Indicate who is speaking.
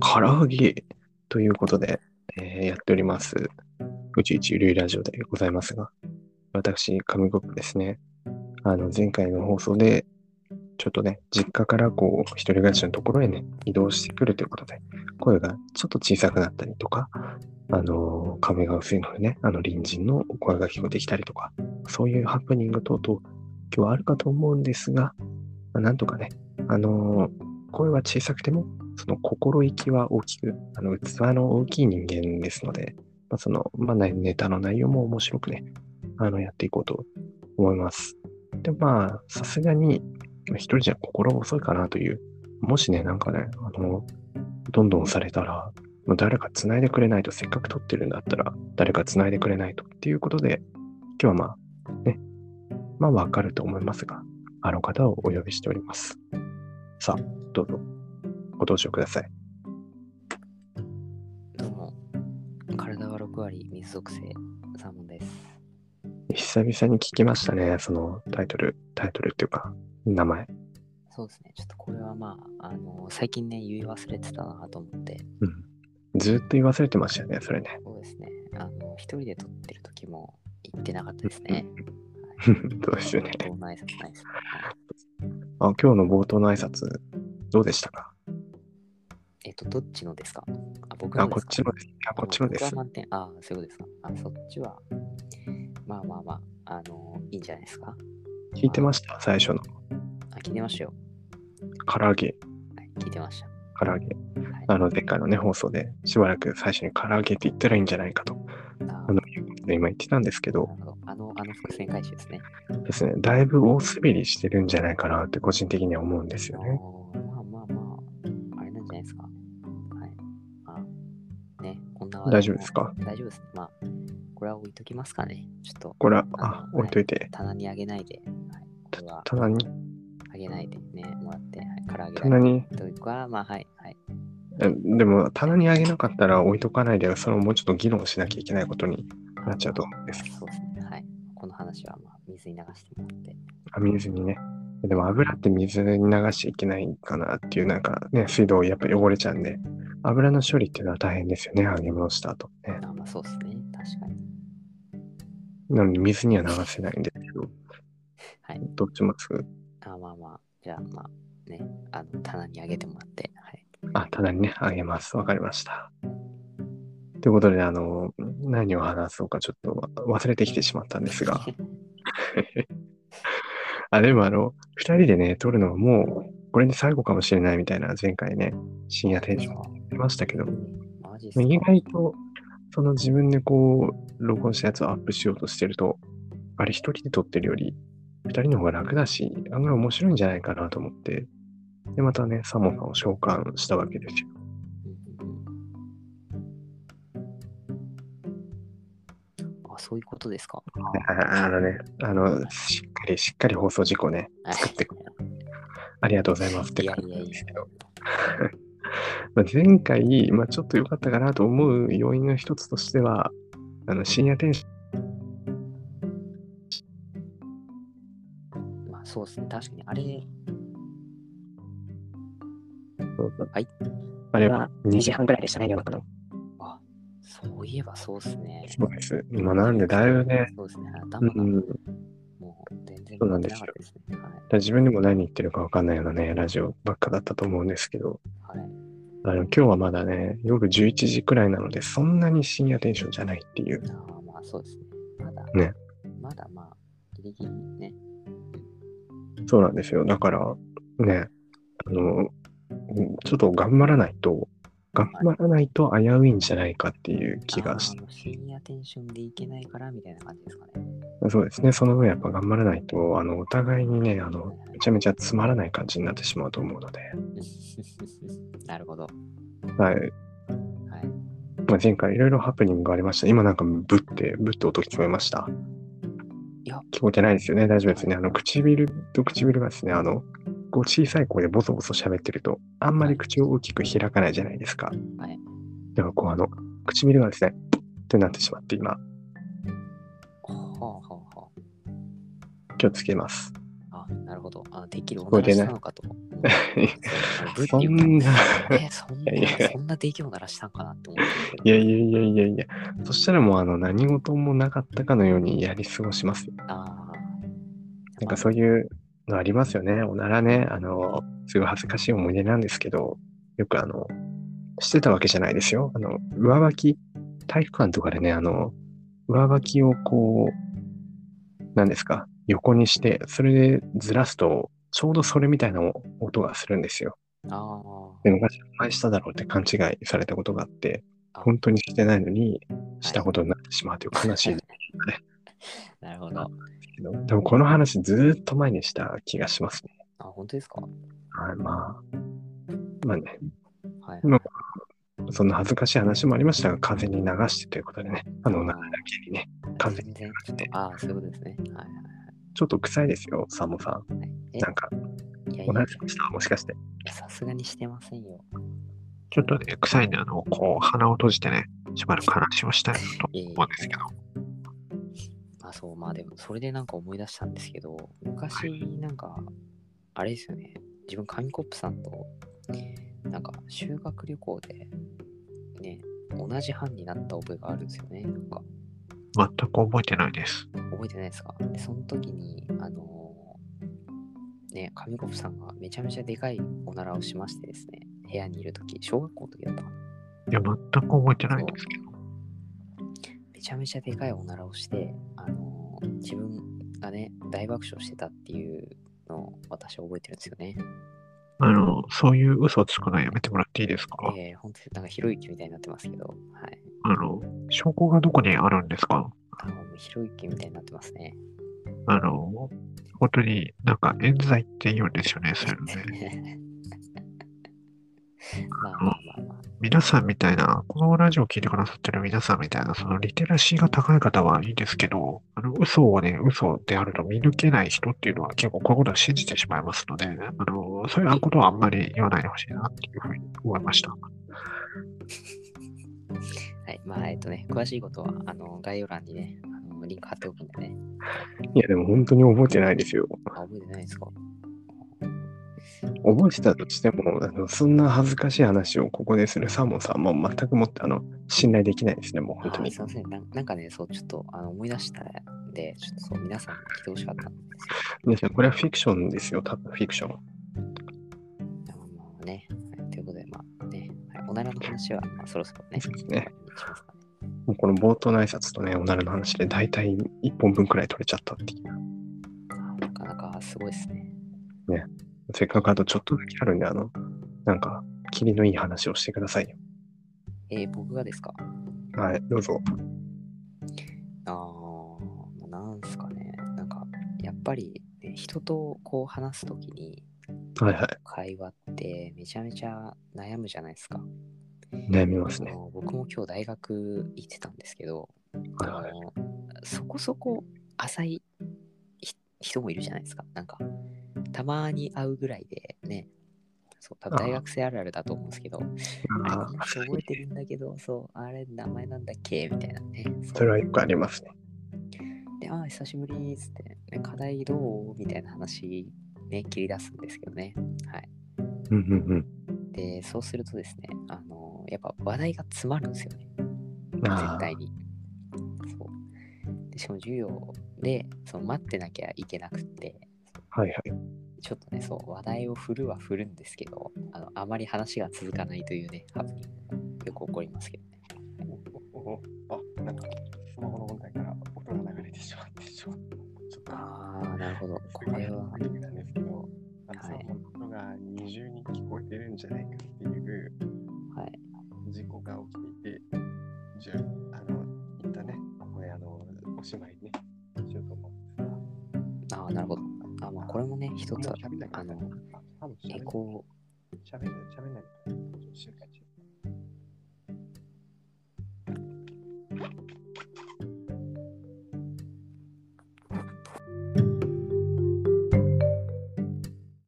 Speaker 1: 腹揚げということで、えーやっております。宇宙一ゆるいラジオでございますが、私、紙コップですね。あの、前回の放送で、ちょっとね、実家からこう、一人暮らしのところへね、移動してくるということで、声がちょっと小さくなったりとか、あの、壁が薄いのでね、あの、隣人のお声が聞こえてきたりとか、そういうハプニング等々、今日はあるかと思うんですが、まあなんとかね、あの声は小さくても、その心意気は大きく、あの器の大きい人間ですので、まあ、その、まあ、ねネタの内容も面白くね、あの、やっていこうと思います。で、まあ、さすがに、まあ一人じゃ心細いかなという、もしね、なんかね、あの、どんどんされたら、もう誰か繋いでくれないと、せっかく撮ってるんだったら、誰か繋いでくれないとっていうことで、今日はまあ、ね、まあ、わかると思いますが、あの方をお呼びしております。さあ、どうぞ、ご登場ください。
Speaker 2: どうも、体は6割水属性、サーモンです。
Speaker 1: 久々に聞きましたね、そのタイトル、タイトルっていうか、名前。
Speaker 2: そうですね、ちょっとこれはまあ、あの最近ね、言い忘れてたなと思って、
Speaker 1: うん。ずっと言い忘れてましたよね、それね。
Speaker 2: そうですね、あの一人で撮ってる時も言ってなかったですね。
Speaker 1: そうですよね。
Speaker 2: どうないさないさ。はい
Speaker 1: あ、今日の冒頭の挨拶、どうでしたか
Speaker 2: えっと、どっちのですかあ、僕
Speaker 1: あ、
Speaker 2: ので
Speaker 1: こ
Speaker 2: す
Speaker 1: っち
Speaker 2: か
Speaker 1: のです。あ、こっちので
Speaker 2: 僕は
Speaker 1: す。
Speaker 2: 満点。あ、そういうことですか。あ、そっちは、まあまあまあ、あの、いいんじゃないですか。
Speaker 1: 聞いてました、最初の。
Speaker 2: あ、聞いてましたよ。
Speaker 1: 唐揚げ、
Speaker 2: はい、聞いてました。
Speaker 1: 唐揚げ。
Speaker 2: はい、
Speaker 1: あの、前回のね、放送で、しばらく最初に唐揚げって言ったらいいんじゃないかと、
Speaker 2: あ
Speaker 1: あの、いうことで今言ってたんですけど、
Speaker 2: なるほどあの、あの伏線回収ですね。
Speaker 1: ですね、だいぶ大滑りしてるんじゃないかなって、個人的には思うんですよ
Speaker 2: あ
Speaker 1: ね。
Speaker 2: ーまあまあまあ、あれなんじゃないですか。はい。まあ、ね、こんな話題
Speaker 1: 大丈夫ですか
Speaker 2: も大丈夫です。まあ、これは置いときますかね。ちょっと
Speaker 1: これは、あ、置いといて、
Speaker 2: 棚にあげないで、はい、これは
Speaker 1: 棚に、
Speaker 2: あげないでね、もらって、はい、唐揚げ
Speaker 1: 棚
Speaker 2: だ
Speaker 1: に、
Speaker 2: けというか、まあはい、はい。
Speaker 1: えでも、棚にあげなかったら置いとかないで、それをもうちょっと議論しなきゃいけないことになっちゃうと思うんです。
Speaker 2: そうですね、はい。この話は、まあ、水に流してもらって。
Speaker 1: あ水にね。でも油って水に流しちゃいけないかなっていう、なんかね、水道やっぱ汚れちゃうんで、油の処理っていうのは大変ですよね、揚げ物した後ね。
Speaker 2: あまあそうですね、確かに。
Speaker 1: なので水には流せないんですけど、
Speaker 2: はい。
Speaker 1: どっちもつく。
Speaker 2: あまあまあ、じゃあまあ、ね、あの、棚にあげてもらって、はい。
Speaker 1: あ、棚にね、あげます。わかりました。ということで、あの、何を話そうかちょっと忘れてきてしまったんですが。 あ、でもあの、二人でね、撮るのはもう、これで最後かもしれないみたいな、前回ね、深夜テンション出ましたけど、
Speaker 2: マジっすか
Speaker 1: 意外と、その自分でこう、録音したやつをアップしようとしてると、あれ一人で撮ってるより、二人の方が楽だし、案外面白いんじゃないかなと思って、で、またね、サモさんを召喚したわけですよ。
Speaker 2: うんうんうんあ、そういうことですか。
Speaker 1: ああのね、あの、しっかり、しっかり放送事故ね、作ってくありがとうございますって
Speaker 2: いや
Speaker 1: 感じ
Speaker 2: いや
Speaker 1: なん
Speaker 2: い
Speaker 1: です
Speaker 2: や
Speaker 1: けど。 まあ前回、まあ、ちょっと良かったかなと思う要因の一つとしては、あの深夜テンション
Speaker 2: まあそうですね、確かに。あれ、はい。
Speaker 1: あれは2
Speaker 3: 2時半ぐらいでしたね、夜中の。
Speaker 2: あ、そういえばそうですね。
Speaker 1: そうです。まあ、なんで、だいぶね、
Speaker 2: そうですね。
Speaker 1: うん、だ
Speaker 2: 頭が
Speaker 1: か
Speaker 2: もう全然
Speaker 1: そうなんですよ
Speaker 2: 動いてなかったですね
Speaker 1: ら自分でも何言ってるか分かんないようなね、ラジオばっかだったと思うんですけど、
Speaker 2: はい。はい。
Speaker 1: あの今日はまだね、夜11時くらいなので、そんなに深夜テンションじゃないっていう。
Speaker 2: あーまあそうですね。まだ、
Speaker 1: ね
Speaker 2: まだまあ、ギリギリね。
Speaker 1: そうなんですよ。だから、ね、あの、うんちょっと頑張らないと、頑張らないと危ういんじゃないかっていう気がして
Speaker 2: あーもう深夜テンションでいけないからみたいな感じですかね。
Speaker 1: そうですね、その分やっぱ頑張らないと、あのお互いにねあの、めちゃめちゃつまらない感じになってしまうと思うので、
Speaker 2: なるほど。
Speaker 1: はい
Speaker 2: はい。
Speaker 1: まあ、前回いろいろハプニングがありました。今なんかブって、ブって音聞こえました。
Speaker 2: いや
Speaker 1: 聞こえてないですよね、大丈夫ですね。あの唇と唇がですね、あのこう小さい声でボソボソ喋ってると、あんまり口を大きく開かないじゃないですか。
Speaker 2: はい
Speaker 1: だからこうあの唇がですね、プッってなってしまって、今、
Speaker 2: はあはあは
Speaker 1: 気をつけます。
Speaker 2: あ。あ、なるほど。あできる
Speaker 1: こえ
Speaker 2: 女の
Speaker 1: て
Speaker 2: 人
Speaker 1: ない
Speaker 2: なのかと思あのブッて
Speaker 1: そ
Speaker 2: 言うん
Speaker 1: な、
Speaker 2: たら、え、そんない
Speaker 1: やいや
Speaker 2: そんな出来を鳴らしたんかなって思ってるけど。
Speaker 1: いやいやいやいやいや、そしたらもうあの何事もなかったかのようにやり過ごしますよ。
Speaker 2: あ
Speaker 1: なんかそう
Speaker 2: いう。
Speaker 1: いうのありますよね。おならね、あの、すごい恥ずかしい思い出なんですけど、よくあの、してたわけじゃないですよ。あの、上履き、体育館とかでね、あの、上履きをこう、何ですか、横にして、それでずらすと、ちょうどそれみたいな音がするんですよ。
Speaker 2: あ
Speaker 1: で、昔、お前しただろうって勘違いされたことがあって、
Speaker 2: あ
Speaker 1: 本当にしてないのに、したことになってしまうという悲しい
Speaker 2: あ、なるほど。
Speaker 1: けど、でもこの話ずーっと前にした気がしますね。
Speaker 2: あ、本当ですか
Speaker 1: はい、まあ、まあね、
Speaker 2: はい。
Speaker 1: まそんな恥ずかしい話もありましたが、風に流してということでね、あの、お
Speaker 2: あ
Speaker 1: 腹だけにね、風
Speaker 2: 全
Speaker 1: に流
Speaker 2: 然、
Speaker 1: して、
Speaker 2: ああ、そういうことですね。はいは
Speaker 1: ちょっと臭いですよ、サモさん。
Speaker 2: いはい。え
Speaker 1: なんか、
Speaker 2: いやい
Speaker 1: お
Speaker 2: や
Speaker 1: 腹しました、もしかして。
Speaker 2: さすがにしてませんよ。
Speaker 1: ちょっとね、臭いんで、あの、こう、鼻を閉じてね、しばらく話をしたいなと
Speaker 2: いやいや
Speaker 1: 思うんですけど、
Speaker 2: あ、そう、まあでも、それでなんか思い出したんですけど、
Speaker 1: は
Speaker 2: 昔、なんか、あれですよね、自分、紙コップさんと、なんか、修学旅行で、ね、同じ班になった覚えがあるんですよね、なんか、
Speaker 1: 全く覚えてないです。
Speaker 2: 覚えてないですかで、その時に、あのーね、紙コップさんがめちゃめちゃでかいおならをしましてですね、部屋にいる時小学校の時だったかない
Speaker 1: や、全く覚えてないんですけど、
Speaker 2: めちゃめちゃでかいおならをして、あのー自分がね、大爆笑してたっていうのを私は覚えてるんですよね。
Speaker 1: あの、そういう嘘をつくのやめてもらっていいですか、
Speaker 2: ええ本当になんかひろゆきみたいになってますけど、はい。
Speaker 1: あの、証拠がどこにあるんですか
Speaker 2: あの、もうひろゆきみたいになってま すね。
Speaker 1: あの、本当になんか冤罪って言うんですよね、そういうのね。
Speaker 2: まあまあまあまあ。
Speaker 1: 皆さんみたいな、このラジオを聞いてくださってる皆さんみたいな、そのリテラシーが高い方はいいですけど、あの、嘘をね、嘘であると見抜けない人っていうのは結構こういうことを信じてしまいますので、あの、そういうことはあんまり言わないでほしいなっていうふうに思いました。
Speaker 2: はい。まあ、えっとね、詳しいことは、あの、概要欄にね、あのリンク貼っておくんでね。
Speaker 1: いや、でも本当に覚えてないですよ。
Speaker 2: あ、覚えてないですか
Speaker 1: 覚えてたとしても、あのそんな恥ずかしい話をここでするサーモンさんも全くもって、あの、信頼できないですね、もう
Speaker 2: あーすいませんなん。なんかね、そう、ちょっとあの思い出したんで、ちょっとそう、皆さんに来てほしかったんですよ。
Speaker 1: 皆さん、これはフィクションですよ、多分フィクション。
Speaker 2: まあまあまあね、はい。ということで、まあね、はい、おならの話は、まあ、そろそろね、
Speaker 1: そうですね
Speaker 2: しますかね。
Speaker 1: もうこの冒頭の挨拶とね、おならの話で大体1本分くらい取れちゃったっていう。
Speaker 2: あーなかなかすごいですね。
Speaker 1: せっかくあとちょっとだけあるんで、あの、なんか、キリのいい話をしてくださいよ。
Speaker 2: えー僕がですか
Speaker 1: はい、どうぞ。
Speaker 2: あーなんすかね。なんか、やっぱり、ね、人とこう話すときに、
Speaker 1: はいは
Speaker 2: 会話ってめちゃめちゃ悩むじゃないですか。
Speaker 1: い。悩みます
Speaker 2: あ
Speaker 1: ね。
Speaker 2: の僕も今日大学行ってたんですけど、あ
Speaker 1: はいはい。
Speaker 2: のそこそこ浅いひ人もいるじゃないですか。なんか、たまに会うぐらいでね、そう多分大学生あるあるだと思うんですけど、あれ
Speaker 1: あ
Speaker 2: この
Speaker 1: あ、
Speaker 2: 人覚えてるんだけど、そう、あれ名前なんだっけみたいなね。そう
Speaker 1: それはよくありますね。
Speaker 2: で、ああ、久しぶりっつって、ね、課題どうみたいな話、ね、切り出すんですけどね。はい。
Speaker 1: うんうん
Speaker 2: で、そうするとですね、あのやっぱ話題が詰まるんですよね。
Speaker 1: うん。あ
Speaker 2: 絶
Speaker 1: あ、
Speaker 2: 対に。そう。で、しかも授業で、その待ってなきゃいけなくって、
Speaker 1: はいはい。
Speaker 2: ちょっとね、そう、話題を振るは振るんですけど、あの、あまり話が続かないというね、ハプニングよく起こりますけどね。
Speaker 1: あ、なんか、スマホの問題から音が流れてしまってしまった。ちょっ
Speaker 2: あー、なるほど。これは、
Speaker 1: なんですけど、あ
Speaker 2: のはいそ
Speaker 1: 音が二重に聞こえてるんじゃないかっていう。
Speaker 2: はい。
Speaker 1: 事故が起きていて、じゃあ、あの、一旦ね、ここであの、おしまいね、しようと思う。
Speaker 2: あー、なるほど。あーまあ、これもね、一つは、
Speaker 1: 喋んなきゃ
Speaker 2: あの
Speaker 1: 多分喋ん
Speaker 2: エ
Speaker 1: ない
Speaker 2: コー、
Speaker 1: 喋んない、喋んない。